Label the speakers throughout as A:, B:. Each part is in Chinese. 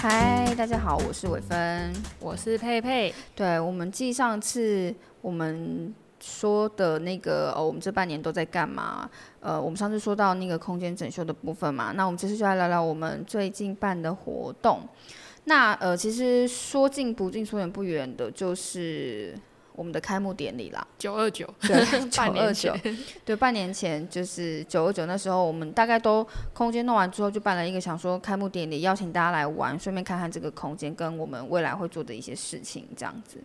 A: 嗨，大家好，我是伟芬。
B: 我是佩佩，
A: 对我们继上次我们说的那个，呃、我们这半年都在干嘛？呃，我们上次说到那个空间整修的部分嘛，那我们这次就来聊聊我们最近办的活动。那呃，其实说近不近，说远不远的，就是我们的开幕典礼啦。
B: 九二九，
A: 对，九
B: 半
A: 二
B: 年
A: 九
B: 前，
A: 对，半年前就是九二九那时候，我们大概都空间弄完之后，就办了一个想说开幕典礼，邀请大家来玩，顺便看看这个空间跟我们未来会做的一些事情这样子。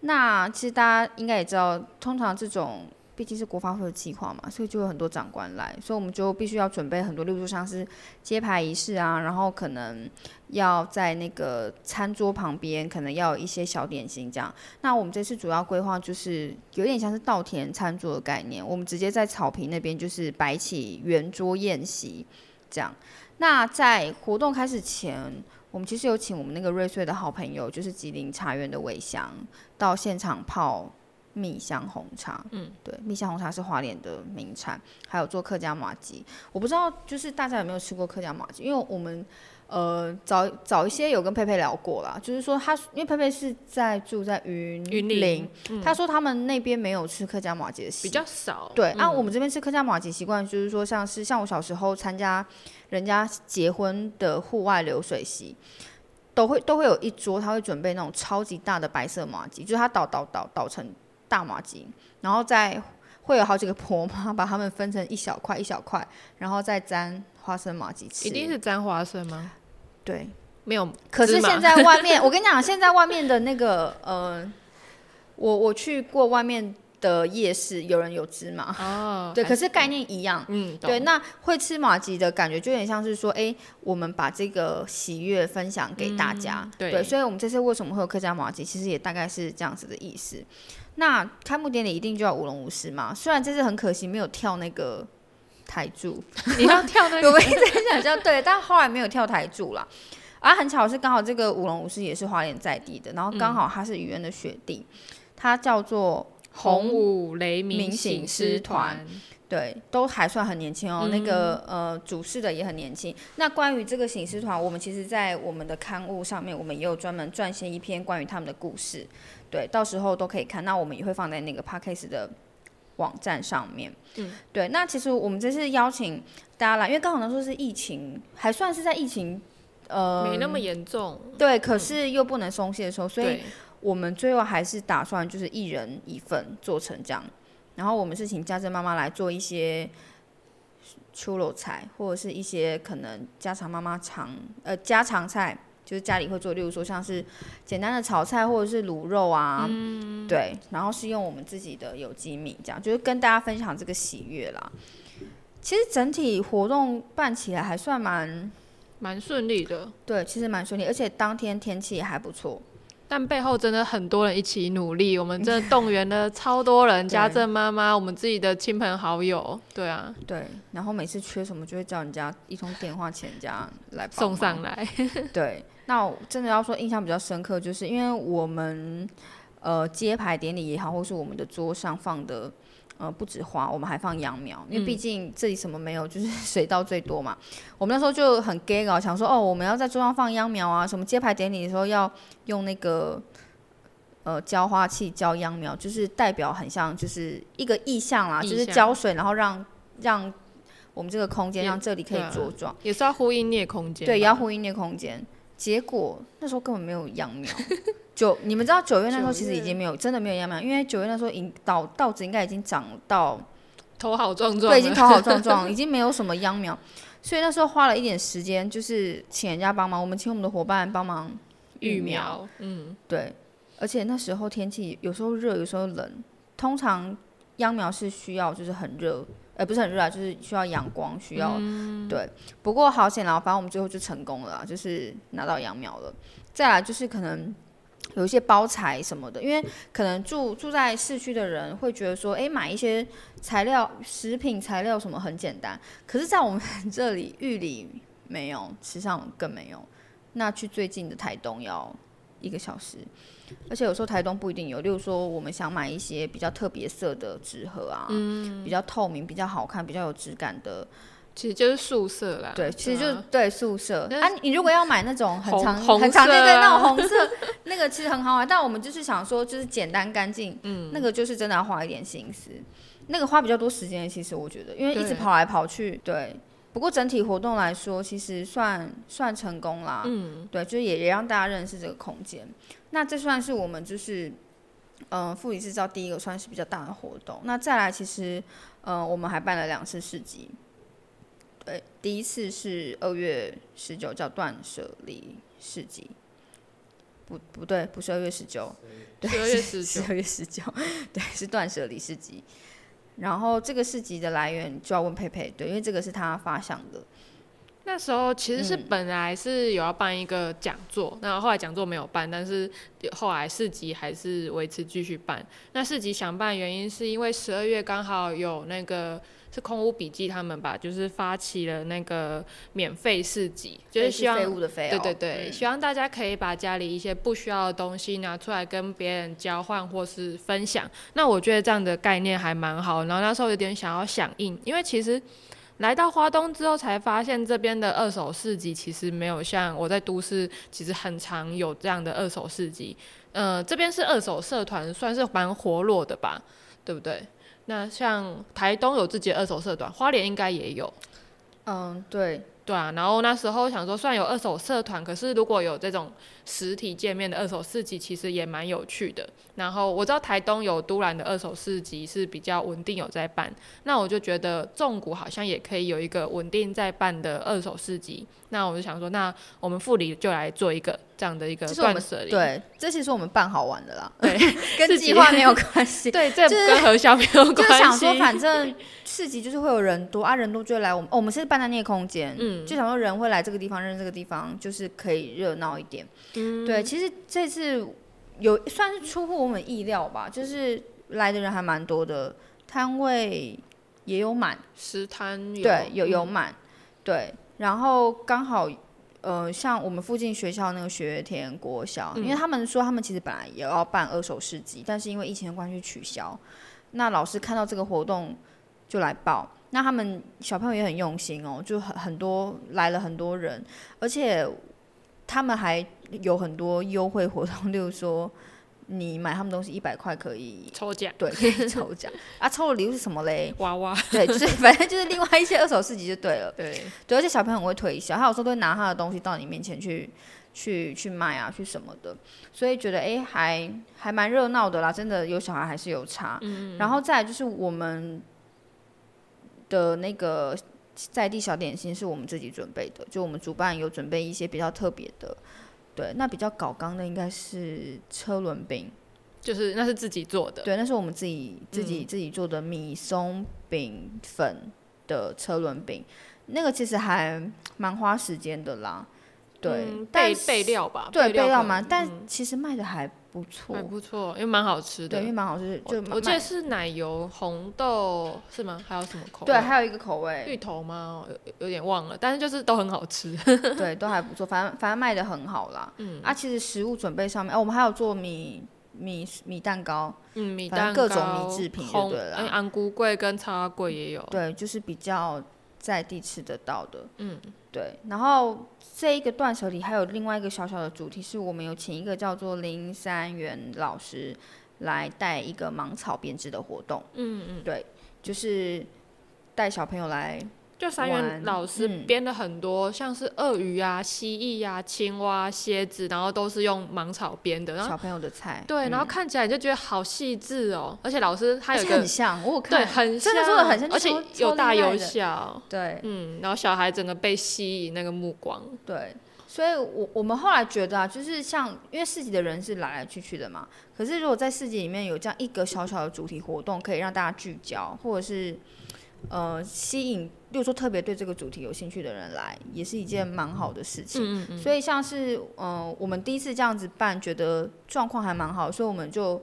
A: 那其实大家应该也知道，通常这种毕竟是国发会的计划嘛，所以就有很多长官来，所以我们就必须要准备很多，例如说像是揭牌仪式啊，然后可能要在那个餐桌旁边，可能要有一些小点心这样。那我们这次主要规划就是有点像是稻田餐桌的概念，我们直接在草坪那边就是摆起圆桌宴席这样。那在活动开始前，我们其实有请我们那个瑞穗的好朋友，就是吉林茶园的伟翔，到现场泡蜜香红茶。嗯，对，蜜香红茶是花莲的名产，还有做客家麻吉。我不知道就是大家有没有吃过客家麻吉，因为我们呃，早早一些有跟佩佩聊过啦，就是说他因为佩佩是在住在云
B: 云林嗯
A: 林，他说他们那边没有吃客家麻吉的习
B: 比较少。嗯
A: 对，啊，我们这边吃客家马吉习惯就是说，像是像我小时候参加人家结婚的户外流水席，都会都会有一桌，他会准备那种超级大的白色马吉，就是他倒倒倒倒成大马吉，然后再会有好几个婆妈把它们分成一小块一小块，然后再沾花生马吉吃。
B: 一定是沾花生吗？
A: 对，
B: 没有，
A: 可是
B: 芝麻
A: 现在外面，我跟你讲，现在外面的那个呃，我我去过外面的夜市，有人有芝麻。
B: 哦，
A: 啊对，
B: 还
A: 可是概念一样。
B: 嗯，
A: 对，
B: 懂
A: 那会吃马吉的感觉就有点像是说，哎，我们把这个喜悦分享给大家。
B: 嗯对
A: 所以我们这次为什么会有客家马吉，其实也大概是这样子的意思。那开幕典礼一定就要舞龙舞狮嘛，虽然这次很可惜没有跳那个台 柱，
B: 你要跳 那
A: 我
B: 个
A: 们一直在想象对，但后来没有跳台柱啦。啊，很巧是刚好这个舞龙舞狮也是花莲在地的，然后刚
B: 嗯
A: 好他是愚园的学弟，他叫做
B: 红舞雷鸣
A: 明醒
B: 醒
A: 狮
B: 狮
A: 团
B: 团，
A: 对，都还算很年轻哦。那个
B: 嗯
A: 呃，主事的也很年轻。那关于这个醒狮团，我们其实，在我们的刊物上面，我们也有专门撰写一篇关于他们的故事。对，到时候都可以看。那我们也会放在那个 podcast 的网站上面。嗯，对。那其实我们这次邀请大家来，因为刚好那时候是疫情，还算是在疫情呃
B: 没那么严重。
A: 对，可是又不能松懈的时候，所以
B: 对，
A: 我们最后还是打算就是一人一份做成这样，然后我们是请家政妈妈来做一些出肉菜，或者是一些可能家常妈妈常呃家常菜，就是家里会做，例如说像是简单的炒菜或者是卤肉啊，对，然后是用我们自己的有机米这样，就是跟大家分享这个喜悦啦。其实整体活动办起来还算蛮
B: 蛮顺利的，
A: 对，其实蛮顺利，而且当天天气也还不错。
B: 但背后真的很多人一起努力，我们真的动员了超多 人，
A: 对
B: 家政妈妈，我们自己的亲朋好友，对啊，
A: 对，然后每次缺什么就会叫人家一通电话请人家来帮
B: 送
A: 忙
B: 上。来，
A: 对，那我真的要说印象比较深刻，就是因为我们呃揭牌典礼也好，或是我们的桌上放的呃不止花，我们还放杨苗，因为
B: 嗯
A: 毕竟这里什么没有，就是 水稻最多嘛。我们那时候就很 gay 搞，想说哦，我们要在桌上放秧苗啊，什么揭牌典礼的时候要用那个。呃，浇花器浇秧苗，就是代表很像，就是一个意象啦，
B: 意
A: 就是
B: 象
A: 浇水，然后让让我们这个空间，
B: 也
A: 让这里可以
B: 对啊
A: 茁壮。
B: 也是要呼应你的空间嘛，
A: 对，也要呼应那个空间。结果那时候根本没有秧苗，九你们知道九月那时候其实已经没有，真的没有秧苗，因为九月那时候已经稻稻子应该已经长到
B: 头好壮壮，
A: 对，已经头好 壮壮，已经没有什么秧苗，所以那时候花了一点时间，就是请人家帮忙，我们请我们的伙伴帮忙
B: 育
A: 苗，
B: 苗，嗯，
A: 对，而且那时候天气有时候热，有时候冷，通常秧苗是需要就是很热，呃，不是很热啊，就是需要阳光，需要、对。不过好险啦，反正我们最后就成功了啦，就是拿到秧苗了。再来就是可能。有一些包材什么的，因为可能住住在市区的人会觉得说，诶、买一些材料、食品材料什么很简单，可是，在我们这里 玉里没有，池上更没有。那去最近的台东要一个小时，而且有时候台东不一定有，例如说我们想买一
B: 嗯
A: 些比较特别色的纸盒啊，比较透明、比较好看、比较有质感的
B: 其实就是宿舍啦。
A: 对，其实就是是
B: 吗
A: 对宿舍
B: 但
A: 啊，你如果要买那种很
B: 红
A: 常
B: 红
A: 很常见
B: 色
A: 的
B: 啊
A: 那种红色， 那个其实很好玩。但我们就是想说，就是简单干净，嗯，那个就是真的要花一点心思，那个花比较多时间。其实我觉得，因为一直
B: 对
A: 跑来跑去，对。不过整体活动来说，其实算算成功啦，嗯，对，就是也也让大家认识这个空间。那这算是我们就是。嗯，护理制造第一个算是比较大的活动。那再来，其实，嗯，我们还办了两次市集，对，第一次是二月十九，叫断舍离市集，不不对，不是二月十九，对，
B: 12月19
A: 十二月十九，对，是断舍离市集。然后这个市集的来源就要问佩佩，对，因为这个是他发想的，
B: 那时候其实
A: 嗯
B: 是本来是有要办一个讲座，那、后来讲座没有办，但是后来市集还是维持继续办。那市集想办原因是因为十二月刚好有那个是空屋笔记他们吧，就是发起了那个免费市集，就是
A: 对
B: 希望
A: 废物的废、哦，
B: 对对对，希望大家可以把家里一些不需要的东西拿出来跟别人交换或是分享。那我觉得这样的概念还蛮好。然后那时候有点想要响应，因为其实来到花东之后才发现，这边的二手市集其实没有像我在都市其实很常有这样的二手市集。呃，这边是二手社团，算是蛮活络的吧，对不对？那像台东有自己的二手社团，花莲应该也有。
A: 嗯，对，
B: 对啊，然后那时候想说，虽然有二手社团，可是如果有这种实体见面的二手市集，其实也蛮有趣的。然后我知道台东有都兰的二手市集是比较稳定有在办，那我就觉得纵谷好像也可以有一个稳定在办的二手市集。那我就想说，那我们富里就来做一个这样的一个
A: 这是我
B: 断
A: 们
B: 舍离。
A: 对，这其实我们办好玩的啦，
B: 对，
A: 跟
B: 自己
A: 计划没有关系，
B: 对，这
A: 就是
B: 跟核销没有
A: 就
B: 关
A: 是
B: 系。
A: 想说，反正市集就是会有人多啊，人多就会来我们、哦我们是办在那个空间，嗯，就想说人会来这个地方，认识这个地方，就是可以热闹一点。
B: 嗯
A: 对，其实这次有算是出乎我们意料吧，就是来的人还蛮多的，摊位也有满，
B: 石滩有
A: 对，有有
B: 嗯
A: 满，对，然后刚好。呃，像我们附近学校那个学田国小，因为
B: 嗯
A: 他们说他们其实本来也要办二手市集，但是因为疫情的关系取消。那老师看到这个活动就来报，那他们小朋友也很用心哦，就很很多来了很多人，而且他们还有很多优惠活动， 例如说你买他们东西一百块可以，
B: 抽奖
A: 对，可以抽奖啊，抽的礼物是什么嘞？
B: 娃娃，
A: 对，就是反正就是另外一些二手市集就对了。
B: 对，
A: 对，而且小朋友很会推销，他有时候都会拿他的东西到你面前去去去卖啊，去什么的，所以觉得诶还还蛮热闹的啦，真的有小孩还是有差。然后再来就是我们的那个在地小点心是我们自己准备的，就我们主办有准备一些比较特别的。对，那比较搞纲的应该是车轮饼，
B: 就是那是自己做的。嗯
A: 对，那是我们自己自己、自己做的米松饼粉的车轮饼，那个其实还蛮花时间的啦。对，
B: 嗯
A: 但
B: 备备料吧，
A: 对备料
B: 可
A: 嘛，
B: 能
A: 但
B: 嗯
A: 其实卖的还不错
B: 还，不错，因为蛮好吃
A: 对，
B: 的
A: 因为。蛮好吃，就
B: 我我记
A: 卖
B: 得是奶油红豆是吗？还有什么口味？
A: 对，还有一个口
B: 芋
A: 味，
B: 头吗？有有点忘了，但是就是都很好吃。
A: 对，都还不错，反正反正卖的很好啦。嗯，啊，其实食物准备上面，哦，我们还有做米米米蛋糕，
B: 嗯，米
A: 反正
B: 蛋
A: 各
B: 糕、
A: 种米制品就
B: 红
A: 对了啦
B: 嗯安菇桂跟叉花桂也有。
A: 对，就是比较在地吃得到的。嗯，对。然后这一个断舍离还有另外一个小小的主题，是我们有请一个叫做林三元老师来带一个芒草编织的活动。嗯嗯，对，就是带小朋友来。
B: 就三
A: 玩
B: 元老师
A: 嗯
B: 编了很多，像是鳄鱼啊、蜥蜴啊、青蛙、蝎子，然后都是用芒草编的，然后
A: 小朋友的菜，
B: 对，然后看起来你就觉得好细致哦，而且老师他
A: 而
B: 有一
A: 且很
B: 个
A: 像，我有
B: 对
A: 看，
B: 很
A: 真的做的很像，
B: 而且
A: 就超
B: 有大有。
A: 超厉害的
B: 小，
A: 对
B: 嗯，然后小孩整个被吸引那个目光，
A: 对，所以我我们后来觉得啊，就是像因为市集的人是来来去去的嘛，可是如果在市集里面有这样一个小小的主题活动，可以让大家聚焦，或者是呃吸引，例如说特别对这个主题有兴趣的人来，也是一件蛮好的事情。
B: 嗯嗯嗯，
A: 所以像是呃，我们第一次这样子办，觉得状况还蛮好，所以我们就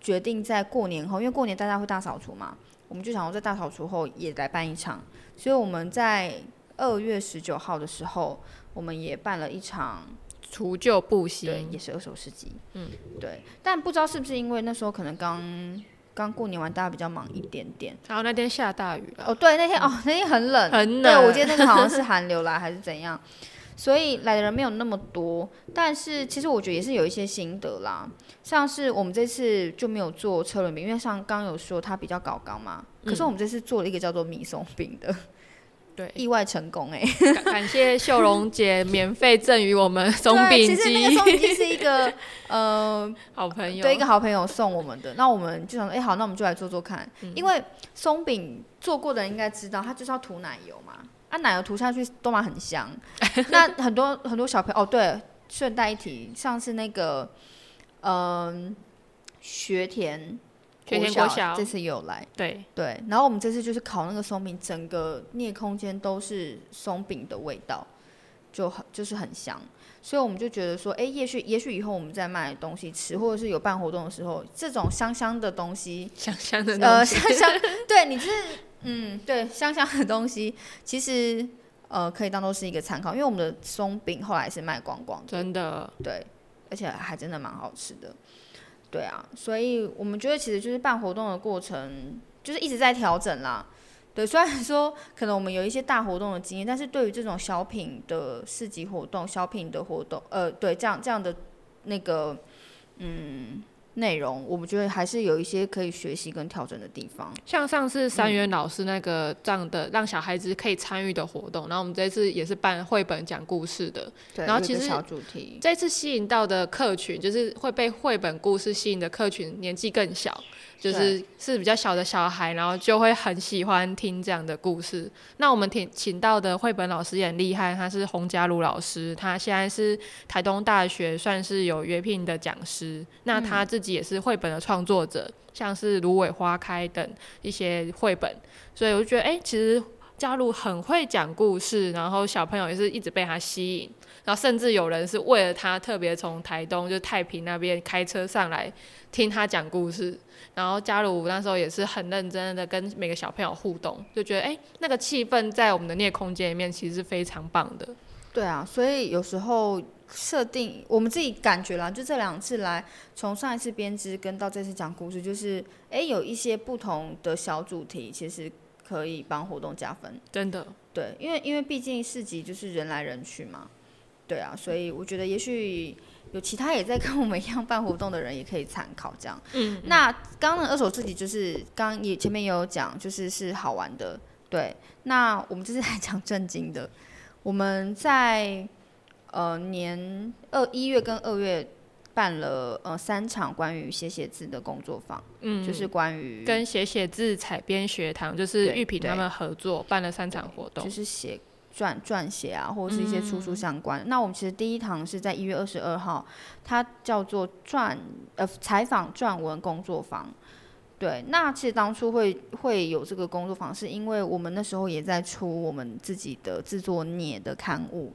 A: 决定在过年后，因为过年大家会大扫除嘛，我们就想要在大扫除后也来办一场，所以我们在二月十九号的时候，我们也办了一场，
B: 除旧
A: 对，
B: 布新
A: 也，是二手市集，嗯，对，但不知道是不是因为那时候可能刚刚过年完，大家比较忙一点点。
B: 然后那天下大雨了，
A: 哦，对，那天哦，那天很冷，
B: 很
A: 对
B: 冷
A: 我记得那个好 像是寒流来还是怎样，所以来的人没有那么多。但是其实我觉得也是有一些心得啦，像是我们这次就没有做车轮饼，因为像刚有说它比较高纲嘛，
B: 嗯
A: 可是我们这次做了一个叫做米松饼的，
B: 对，
A: 意外成功哎、
B: 感 感谢秀荣姐免费赠予我们松
A: 对，
B: 饼
A: 其实那个
B: 机，
A: 松饼机是一 个呃
B: 好朋友，
A: 对一个好朋友送我们的，那我们就想说，哎、好，那我们就来做做看，
B: 嗯
A: 因为松饼做过的人应该知道，它就是要涂奶油嘛，啊，奶油涂下去都嘛很 香。那很多很多小朋友，哦，对，顺带一提，上次那个，嗯、学田
B: 学田
A: 国
B: 国小
A: 这次也有来，
B: 对
A: 对，然后我们这次就是烤那个松饼，整个镍空间都是松饼的味道，就很就是很香，所以我们就觉得说，哎，也许也许以后我们在卖东西吃，或者是有办活动的时候，这种香香的东西，
B: 香香的
A: 呃，
B: 东西
A: 香香，对你就是嗯，对，香香的东西，其实呃可以当做是一个参考，因为我们的松饼后来是卖光光的，
B: 真的
A: 对，而且还真的蛮好吃的。对啊，所以我们觉得其实就是办活动的过程，就是一直在调整啦。对，虽然说可能我们有一些大活动的经验，但是对于这种小品的市集活动、小品的活动，呃，对，这样这样的那个嗯内容，我们觉得还是有一些可以学习跟调整的地方。
B: 像上次三元老师那个这样的让小孩子可以参与的活动，然后我们这次也是办绘本讲故事的，
A: 对，
B: 然后
A: 有一
B: 其
A: 个
B: 实
A: 小主题，
B: 这次吸引到的客群就是会被绘本故事吸引的客群年纪更小，就是是比较小的小孩，然后就会很喜欢听这样的故事。那我们请请到的绘本老师也很厉害，他是洪家儒老师，他现在是台东大学算是有约聘的讲师，那他自己也是绘本的创作者，像是《芦苇花开》等一些绘本，所以我就觉得，哎、其实。加入很会讲故事，然后小朋友也是一直被他吸引，然后甚至有人是为了他特别从台东就太平那边开车上来听他讲故事。然后加入那时候也是很认真的跟每个小朋友互动，就觉得哎、诶那个气氛在我们的那个空间里面其实是非常棒的。
A: 对啊，所以有时候设定我们自己感觉啦，就这两次来，从上一次编织跟到这次讲故事，就是诶有一些不同的小主题，其实可以帮活动加分。
B: 真的，
A: 对，因为因为毕竟市集就是人来人去嘛，对啊，所以我觉得也许有其他也在跟我们一样办活动的人也可以参考这样。
B: 嗯，
A: 那刚刚的二手市集就是刚也前面也有讲，就是是好玩的，对。那我们这次来讲正经的，我们在呃年二一月跟二月办了呃三场关于写写字的工作坊，
B: 嗯，
A: 就是关于
B: 跟写写字彩编学堂，就是
A: 对
B: 玉萍他们合作办了三场活
A: 就
B: 动，嗯
A: 是写撰撰写啊，或者是一些出书相关。那我们其实第一堂是在一月二十二号，它叫做撰呃采访撰文工作坊。对，那其实当初会会有这个工作坊，是因为我们那时候也在出我们自己的制作孽的刊物，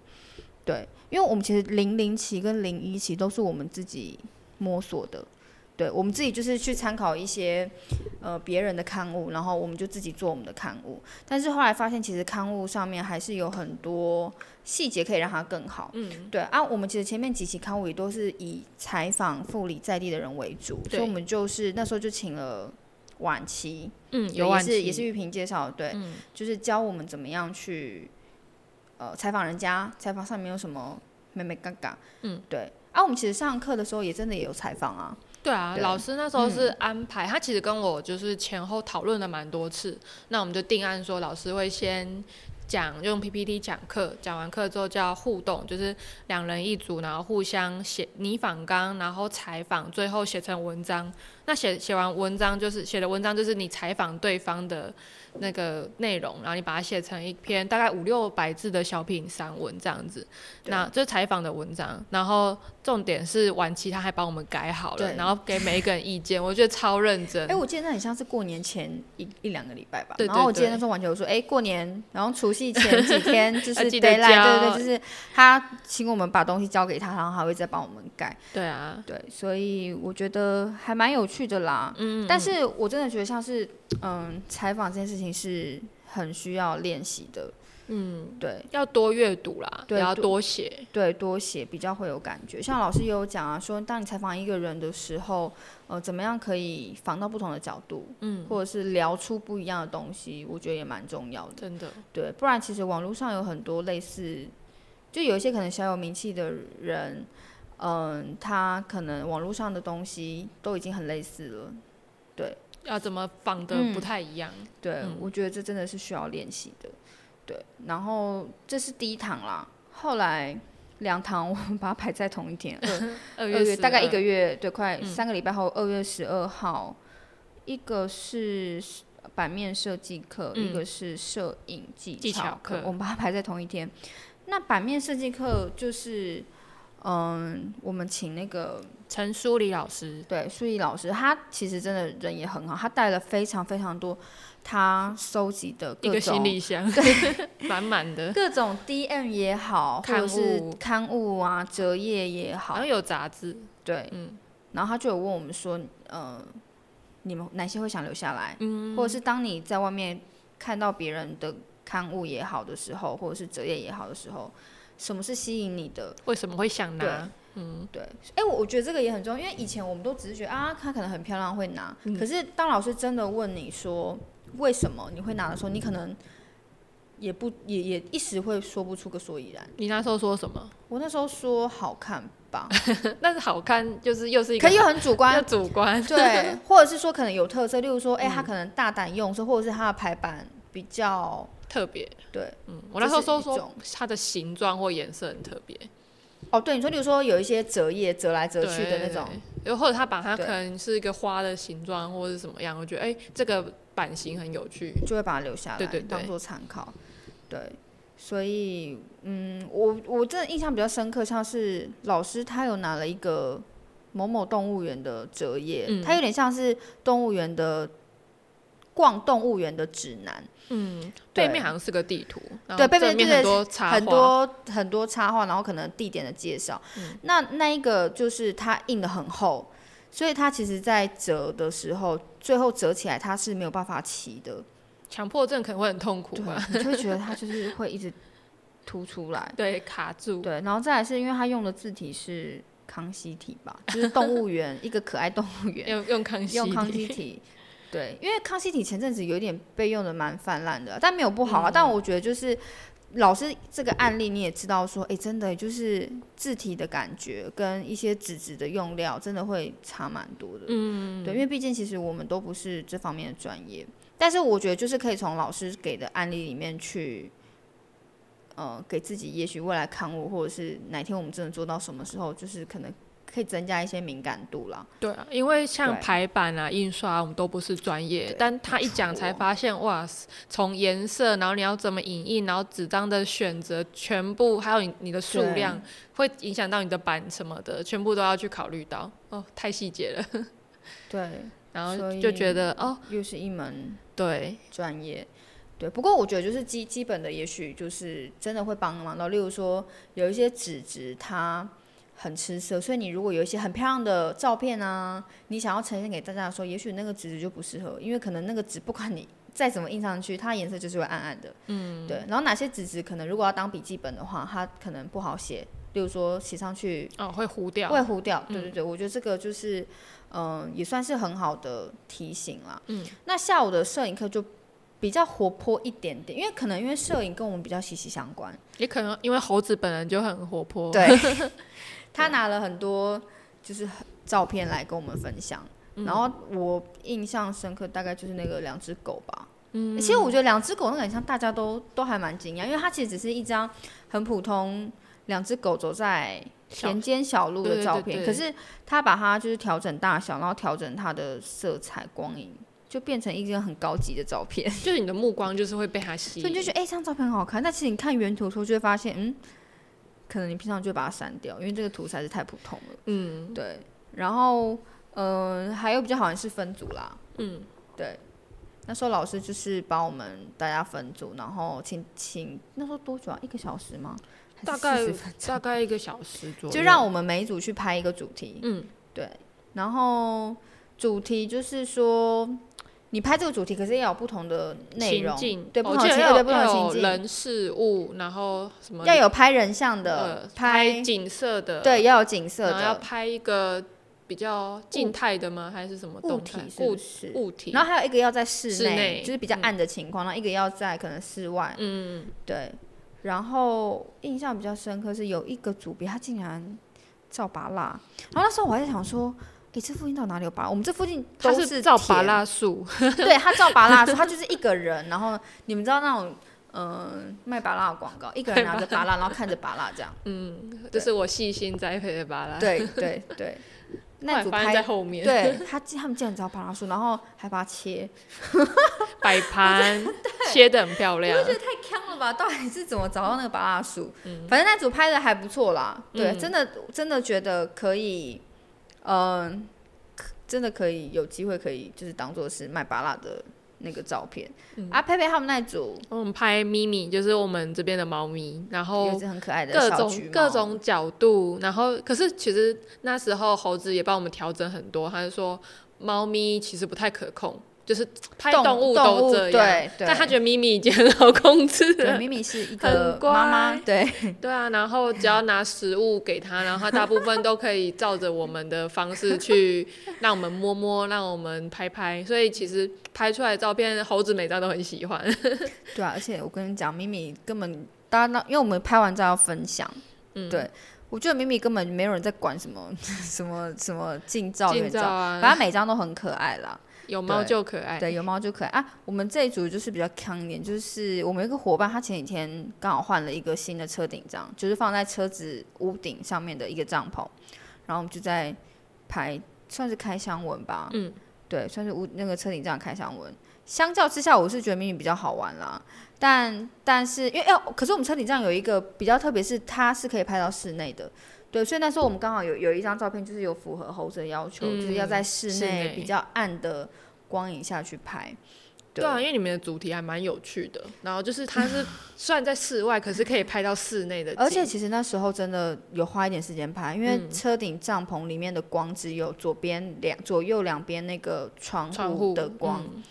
A: 对，因为我们其实零零期跟零一期都是我们自己摸索的，对我们自己就是去参考一些呃别人的刊物，然后我们就自己做我们的刊物，但是后来发现，其实刊物上面还是有很多细节可以让它更好。嗯，对啊，我们其实前面几期刊物也都是以采访富里在地的人为主，所
B: 对
A: 以我们就是那时候就请了晚期，
B: 嗯，
A: 对
B: 有晚
A: 也是也
B: 期嗯
A: 是玉萍介绍的，对，就是教我们怎么样去呃采访人家，采访上面有什么美美嘎嘎，嗯，对。啊，我们其实上课的时候也真的也有采访啊，嗯
B: 对啊，
A: 对
B: 老师那时候是安排，他其实跟我就是前后讨论了蛮多次，那我们就定案说老师会先。讲用 PPT 讲课，讲完课之后叫互动，就是两人一组，然后互相写拟访纲，然后采访，最后写成文章。那写写完文章就是写的文章就是你采访对方的那个内容，然后你把它写成一篇大概五六百字的小品散文这样子。
A: 对
B: 那就是采访的文章，然后重点是晚期他还帮我们改好了，
A: 对
B: 然后给每一个人意见，我觉得超认真。
A: 哎、我记得那很像是过年前一一两个礼拜吧。
B: 对
A: 然后我
B: 对
A: 记得
B: 对
A: 那时候完全我说，哎、过年，然后除夕前几 天就是
B: 要
A: d
B: 记
A: a y
B: 得
A: l i g h 对
B: 交
A: 对，就是他请我们把东西交给他，然后他会再帮我们改。
B: 对啊，
A: 对，所以我觉得还
B: 嗯
A: 嗯蛮有趣的啦。嗯但是我真的觉得像是嗯，采访这件事情是很需要练习的。
B: 嗯，
A: 对
B: 要多阅读啦，
A: 对
B: 也要
A: 多
B: 多写，
A: 对，多写比较会有感觉。像老师也有讲啊，说当你采访一个人的时候，呃，怎么样可以访到不同的角度，
B: 嗯，
A: 或者是聊出不一样的东西，我觉得也蛮重要的。
B: 真的，
A: 对，不然其实网络上有很多类似，就有一些可能小有名气的人，嗯，他可能网络上的东西都已经很类似了。
B: 要怎么仿
A: 嗯
B: 的不太一样，
A: 对，
B: 嗯
A: 我觉得这真的是需要练习的。对，然后这是第一堂啦，后来两堂我们把它排在同一天，二
B: 二
A: 二
B: 月嗯
A: 月大概一个
B: 月，
A: 月，对，快三个礼拜后，二月十二号，一个是版面设计课，
B: 嗯
A: 一个是摄影技
B: 技巧
A: 课，
B: 课
A: 我们把它排在同一天。那版面设计课就是，嗯，我们请那个
B: 陈淑礼老师，
A: 对，舒怡老师，他其实真的人也很好，他带了非常非常多他收集的
B: 一
A: 各
B: 个行
A: 种
B: 李箱，满满的，
A: 各种 DM 也好，或者是
B: 刊物
A: 刊物啊、折页也 好
B: 好，像有杂志，
A: 对，
B: 嗯
A: 然后他就有问我们说，呃，你们哪些会想留下来？嗯，或者是当你在外面看到别人的刊物也好的时候，或者是折页也好的时候，什么是吸引你的？
B: 为什么会想拿？嗯
A: 对，哎、我我觉得这个也很重要，因为以前我们都只是觉得啊，她可能很漂亮会拿，
B: 嗯
A: 可是当老师真的问你说为什么你会拿的时候，你可能也不也也一时会说不出个所以然。
B: 你那时候说什么？
A: 我那时候说好看吧，
B: 但是好看就是又是一个
A: 可又很主
B: 又
A: 观，
B: 主 观，
A: 对，或者是说可能有特色，例如说，
B: 嗯
A: 哎、她可能大胆用色，或者是她的排版比较
B: 特别。
A: 对，
B: 嗯，我那时候
A: 这是
B: 说
A: 一
B: 说
A: 种
B: 它的形状或颜色很特别，
A: 哦，对，你说，例如说有一些折页折来折去的那种，
B: 对，又或者他把它
A: 对
B: 可能是一个花的形状或者是什么样，我觉得哎、这个版型很有趣，
A: 就会把它留下来，
B: 对对对
A: 当做参考。对，所以嗯，我我真的印象比较深刻，像是老师他有拿了一个某某动物园的折页，
B: 嗯
A: 它有点像是动物园的逛动物园的指南，
B: 嗯，
A: 对
B: 背面好像是个地图，然
A: 对
B: 后
A: 背面
B: 正面
A: 就是
B: 很多插画，
A: 很多很多插画，然后可能地点的介绍。
B: 嗯
A: 那那一个就是它印的很厚，所以它其实在折的时候，最后折起来它是没有办法齐的，
B: 强迫症可能会很痛苦
A: 对
B: 吧，，
A: 你就会觉得它就是会一直凸出 来。
B: 对，卡住，
A: 对，然后再来是因为他用的字体是康熙体吧，就是动物园一个可爱动物园
B: 用用康熙，
A: 用康 熙体。对，因为康熙体前阵子有点被用的蛮泛滥的，但没有不好啊。但我觉得就是老师这个案例你也知道说，诶，真的就是字体的感觉跟一些纸质的用料真的会差蛮多的。嗯，对，因为毕竟其实我们都不是这方面的专业，但是我觉得就是可以从老师给的案例里面去呃，给自己也许未来看我，或者是哪天我们真的做到什么时候，就是可能可以增加一些敏感度啦。
B: 对啊， 因为像
A: 对
B: 排版啊、印刷啊、我们都不是专业
A: 对，
B: 但他一
A: 没
B: 讲
A: 错
B: 才发现，哇，从颜色，然后你要怎么影印，然后纸张的选择，全部还有你你的数
A: 对
B: 量，会影响到你的版什么的，全部都要去考虑到。哦，太细节了，
A: 对，
B: 然后
A: 所
B: 就
A: 以
B: 觉得哦，
A: 又是一门
B: 对，
A: 专业。对，不过我觉得就是基基本的，也许就是真的会帮忙到。例如说，有一些纸质它很吃色，所以你如果有一些很漂亮的照片啊，你想要呈现给大家的时候，也许那个纸质就不适合，因为可能那个纸不管你再怎么印上去，它颜色就是会暗暗的。嗯，对。然后哪些纸质可能如果要当笔记本的话，它可能不好写，例如说写上去
B: 哦，会糊掉，
A: 会糊掉。嗯对对对，我觉得这个就是，嗯、也算是很好的提醒啦。嗯，那下午的摄影课就比较活泼一点点，因为可能因为摄影跟我们比较息息相关。
B: 也可能因为猴子本人就很活泼，
A: 对，他拿了很多就是照片来跟我们分享。然后我印象深刻，大概就是那个两只狗吧。嗯，其实我觉得两只狗那个很像，大家都都还蛮惊讶，因为它其实只是一张很普通两只狗走在
B: 小
A: 田间小路的
B: 对
A: 照
B: 对
A: 片，
B: 对
A: 可是他把它就是调整大小，然后调整它的色彩、光影，就变成一张很高级的照片。
B: 就是你的目光就是会被他吸
A: 所以
B: 引
A: 你就，觉得，哎、这张照片很好看。但其实你看原图的时候，就会发现，嗯，可能你平常就会把它删掉，因为这个图实在是太普通了。
B: 嗯，
A: 对，然后，呃，还有比较好像是分组啦，
B: 嗯，
A: 对。那时候老师就是把我们大家分组，然后请请那时候多久啊？一个小时吗？还是
B: 大概
A: 40分钟
B: 大概一个小时左右，
A: 就让我们每一组去拍一个主题，
B: 嗯，
A: 对，然后主题就是说，你拍这个主题，可是也有不同的内
B: 情
A: 容，
B: 境，
A: 对
B: 我
A: 不同
B: 记
A: 情
B: 得
A: 对
B: 要
A: 对
B: 有
A: 不同
B: 要
A: 情
B: 有
A: 境
B: 人事物，然后什么
A: 要有拍人像的
B: 呃，
A: 拍
B: 景色的，
A: 对，要有景色
B: 然后要
A: 的
B: 拍一个比较静态的吗？还是什么
A: 物
B: 动
A: 体
B: 态
A: 是
B: 物
A: 不是？
B: 物体？
A: 然后还有一个要在室
B: 室内
A: 就是比较
B: 嗯
A: 暗的情况，然后一个要在可能室外，
B: 嗯，
A: 对。然后印象比较深刻是有一个组别，他竟然照拔蜡，然后那时候我还在想说，诶，这附近到底哪里有拔蜡？我们这附近
B: 它
A: 都
B: 是照
A: 田
B: 拔蜡树，
A: 对他照拔蜡的时候，他就是一个人，然后你们知道那种嗯、呃卖拔蜡的广告，一个人拿着拔蜡，然后看着拔蜡 这样。
B: 嗯，这
A: 对
B: 是我细心栽培的拔蜡，，
A: 对对对，那
B: 后来
A: 组
B: 发现在
A: 拍。
B: 后面，，
A: 对他，他们竟然找拔蜡树，然后还把它切，
B: 摆盘切的很漂亮，
A: 太坑了吧！到 底是怎么找到那个拔蜡树？反正那组拍的还不错啦，对，
B: 嗯
A: 真的真的觉得可以，嗯、可真的可以有机会可以就是当做是卖拔蜡的那个照片。
B: 嗯
A: 啊，佩佩他们那组
B: 我们拍咪咪，就是我们这边的猫咪，然
A: 有一
B: 后
A: 只很可爱的
B: 各
A: 小橘
B: 种
A: 猫
B: 各种角度，然后可是其实那时候猴子也帮我们调整很多，他就说猫咪其实不太可控，就是拍
A: 动
B: 物
A: 动
B: 都
A: 物
B: 这样，
A: 对对
B: 但他觉得咪咪已经很好控制
A: 对，
B: 了，
A: 咪咪是一
B: 很
A: 个妈妈，
B: 乖
A: 对，
B: 对啊，然后只要拿食物给他，然后他大部分都可以照着我们的方式去让我们摸摸，让我们拍拍，所以其实拍出来的照片，猴子每张都很喜欢。
A: 对啊，而且我跟你讲，咪咪根本大家那，因为我们拍完照要分享，
B: 嗯，
A: 对我觉得咪咪根本没有人在管什么 什么什么近照
B: 近
A: 远
B: 照
A: 照，
B: 啊，
A: 反正每张都很可爱啦。
B: 有猫
A: 对
B: 就可爱。
A: 对，有猫就可爱啊。我们这一组就是比较强一点，就是我们有一个伙伴，他前几天刚好换了一个新的车顶帐，就是放在车子屋顶上面的一个帐篷，然后我们就在拍，算是开箱文吧，
B: 嗯，
A: 对，算是屋那个车顶帐的开箱文。相较之下，我是觉得明明比较好玩啦，但但是因为要、可是我们车顶帐有一个比较特别，是它是可以拍到室内的。对，所以那时候我们刚好有有一张照片，就是有符合猴子的要求，就是要
B: 嗯
A: 在室
B: 室
A: 内
B: 内
A: 比较暗的光影下去拍。
B: 对啊，因为你们的主题还蛮有趣的。然后就是它 是虽然在室外，可是可以拍到室内的景，
A: 而且其实那时候真的有花一点时间拍，因为
B: 嗯
A: 车顶帐篷里面的光只有左边两左右两边那个窗
B: 窗
A: 户
B: 户
A: 的光，
B: 嗯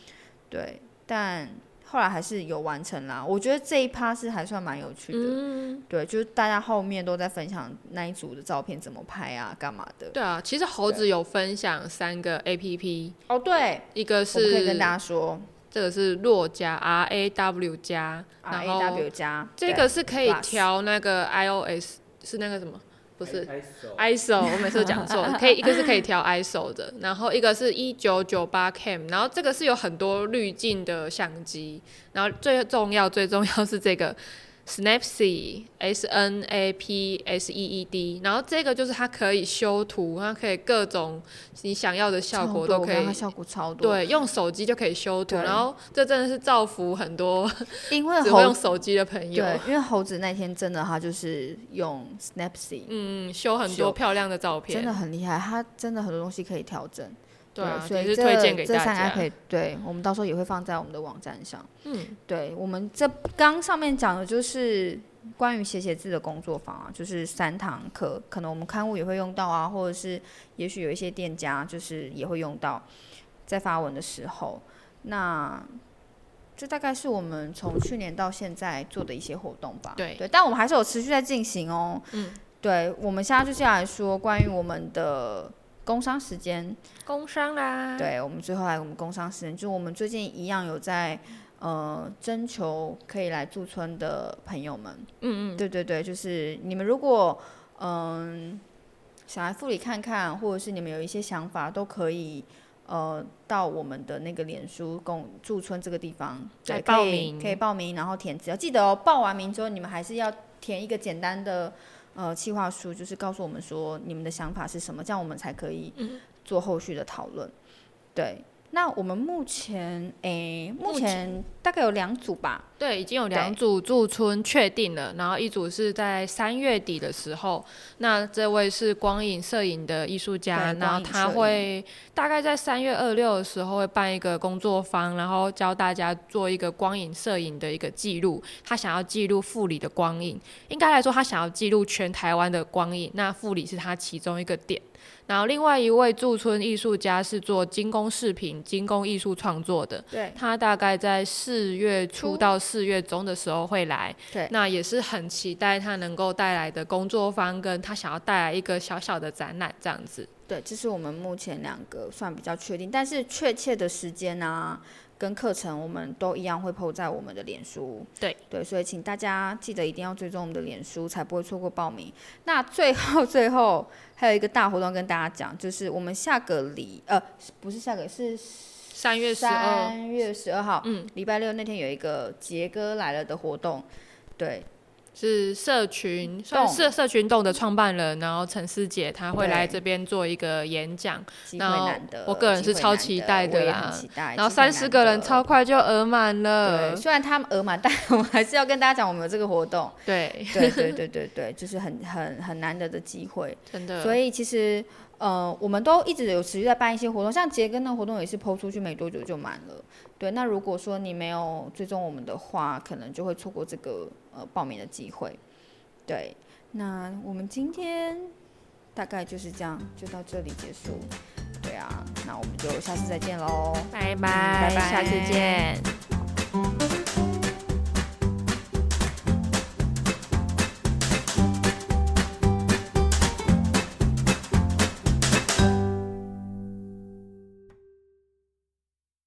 A: 对，但后来还是有完成啦。我觉得这一趴是还算蛮有趣的，
B: 嗯
A: 对，就是大家后面都在分享那一组的照片怎么拍啊，干嘛的。
B: 对啊，其实猴子有分享三个 A P P，
A: 哦，对，
B: 一个
A: 我们可以
B: 是
A: 跟大家说
B: 这个是若加 R A W 加，
A: ，R
B: 然
A: A
B: 后
A: W 加
B: 这个是可以
A: Plus
B: 调那个 iOS 是那个什么？不是
C: ISO
B: ISO，我每次都 讲错，可以一个是可以调 ISO 的，然后一个是一九九八 cam，然后这个是有很多滤镜的相机，然后最重要最重要是这个 Snapseed S N A P S E E D，然后这个就是它可以修图，它可以各种你想要的效果
A: 超多
B: 都
A: 我
B: 可
A: 看它
B: 以。
A: 效果超多。
B: 对，用手机就可以修图，
A: 对
B: 然后这真的是造福很多
A: 对，因为
B: 只会
A: 猴
B: 用手机的朋友。
A: 对，因为猴子那天真的他就是用 Snapseed，
B: 嗯，修很多
A: 修
B: 漂亮的照片，
A: 真的很厉害，它真的很多东西可以调整。
B: 对啊，
A: 所以
B: 也是
A: 这
B: 推荐给
A: 这
B: 大
A: 三个 app
B: 家。
A: 可以对我们到时候也会放在我们的网站上。
B: 嗯，
A: 对我们这刚上面讲的就是关于写写字的工作坊啊，就是三堂课，可能我们刊物也会用到啊，或者是也许有一些店家就是也会用到，在发文的时候，那。这大概是我们从去年到现在做的一些活动吧。
B: 对
A: 对，但我们还是有持续在进行哦。嗯，对，我们现在就是要来说关于我们的工商时间。
B: 工商啦，，
A: 对，我们最后来我们工商时间，就是我们最近一样有在呃征求可以来驻村的朋友们。嗯嗯，对对对，就是你们如果嗯、想来富里看看，或者是你们有一些想法，都可以。呃，到我们的那个脸书公驻村这个地方，对，
B: 来报
A: 可以
B: 名
A: 可以报名，然后填资料。记得哦，报完名之后，你们还是要填一个简单的呃企划书，就是告诉我们说你们的想法是什么，这样我们才可以做后续的讨论。对，那我们目前诶，目前大概有两组吧。
B: 对，已经有两组驻村确定了，然后一组是在三月底的时候，那这位是光影摄影的艺术家，
A: 对
B: 然后
A: 光影
B: 他
A: 摄影
B: 会大概在三月二六的时候会办一个工作坊，然后教大家做一个光影摄影的一个记录，他想要记录富里的光影，应该来说他想要记录全台湾的光影，那富里是他其中一个点。然后另外一位驻村艺术家是做精工饰品、精工艺术创作的，
A: 对
B: 他大概在四月初
A: 初
B: 到四月中的时候会来，
A: 对
B: 那也是很期待他能够带来的工作坊，跟他想要带来一个小小的展览这样子。
A: 对，这是我们目前两个算比较确定，但是确切的时间啊跟课程我们都一样会 PO 在我们的脸书。
B: 对
A: 对，所以请大家记得一定要追踪我们的脸书，才不会错过报名。那最后 最后还有一个大活动跟大家讲，就是我们下个礼呃不是下个是
B: 三月十二，
A: 三月十二号，
B: 嗯，
A: 礼拜六那天有一个杰哥来了的活动，对，
B: 是社群算
A: 动
B: 是社社群洞的创办人，然后陈思杰他会
A: 对
B: 来这边做一个演讲，
A: 机会
B: 然后
A: 难得，
B: 我个人
A: 机
B: 是
A: 会
B: 超
A: 难
B: 期
A: 得
B: 待
A: 我
B: 的
A: 也
B: 啦
A: 很期待，
B: 然后
A: 机会
B: 三十
A: 难
B: 个人
A: 得
B: 超快就额满
A: 对，
B: 了，
A: 虽然他们额满， 但我们还是要跟大家讲，我们有这个活动。
B: 对，
A: 对对对对对，就是很很很难得的机会。
B: 真的，
A: 所以其实呃，我们都一直有持续在办一些活动，像杰根的活动也是抛出去没多久就满了。对，那如果说你没有追踪我们的话，可能就会错过这个呃报名的机会。对，那我们今天大概就是这样，就到这里结束。对啊，那我们就下次再见喽。
B: 拜拜，
A: 拜拜
B: 下次见。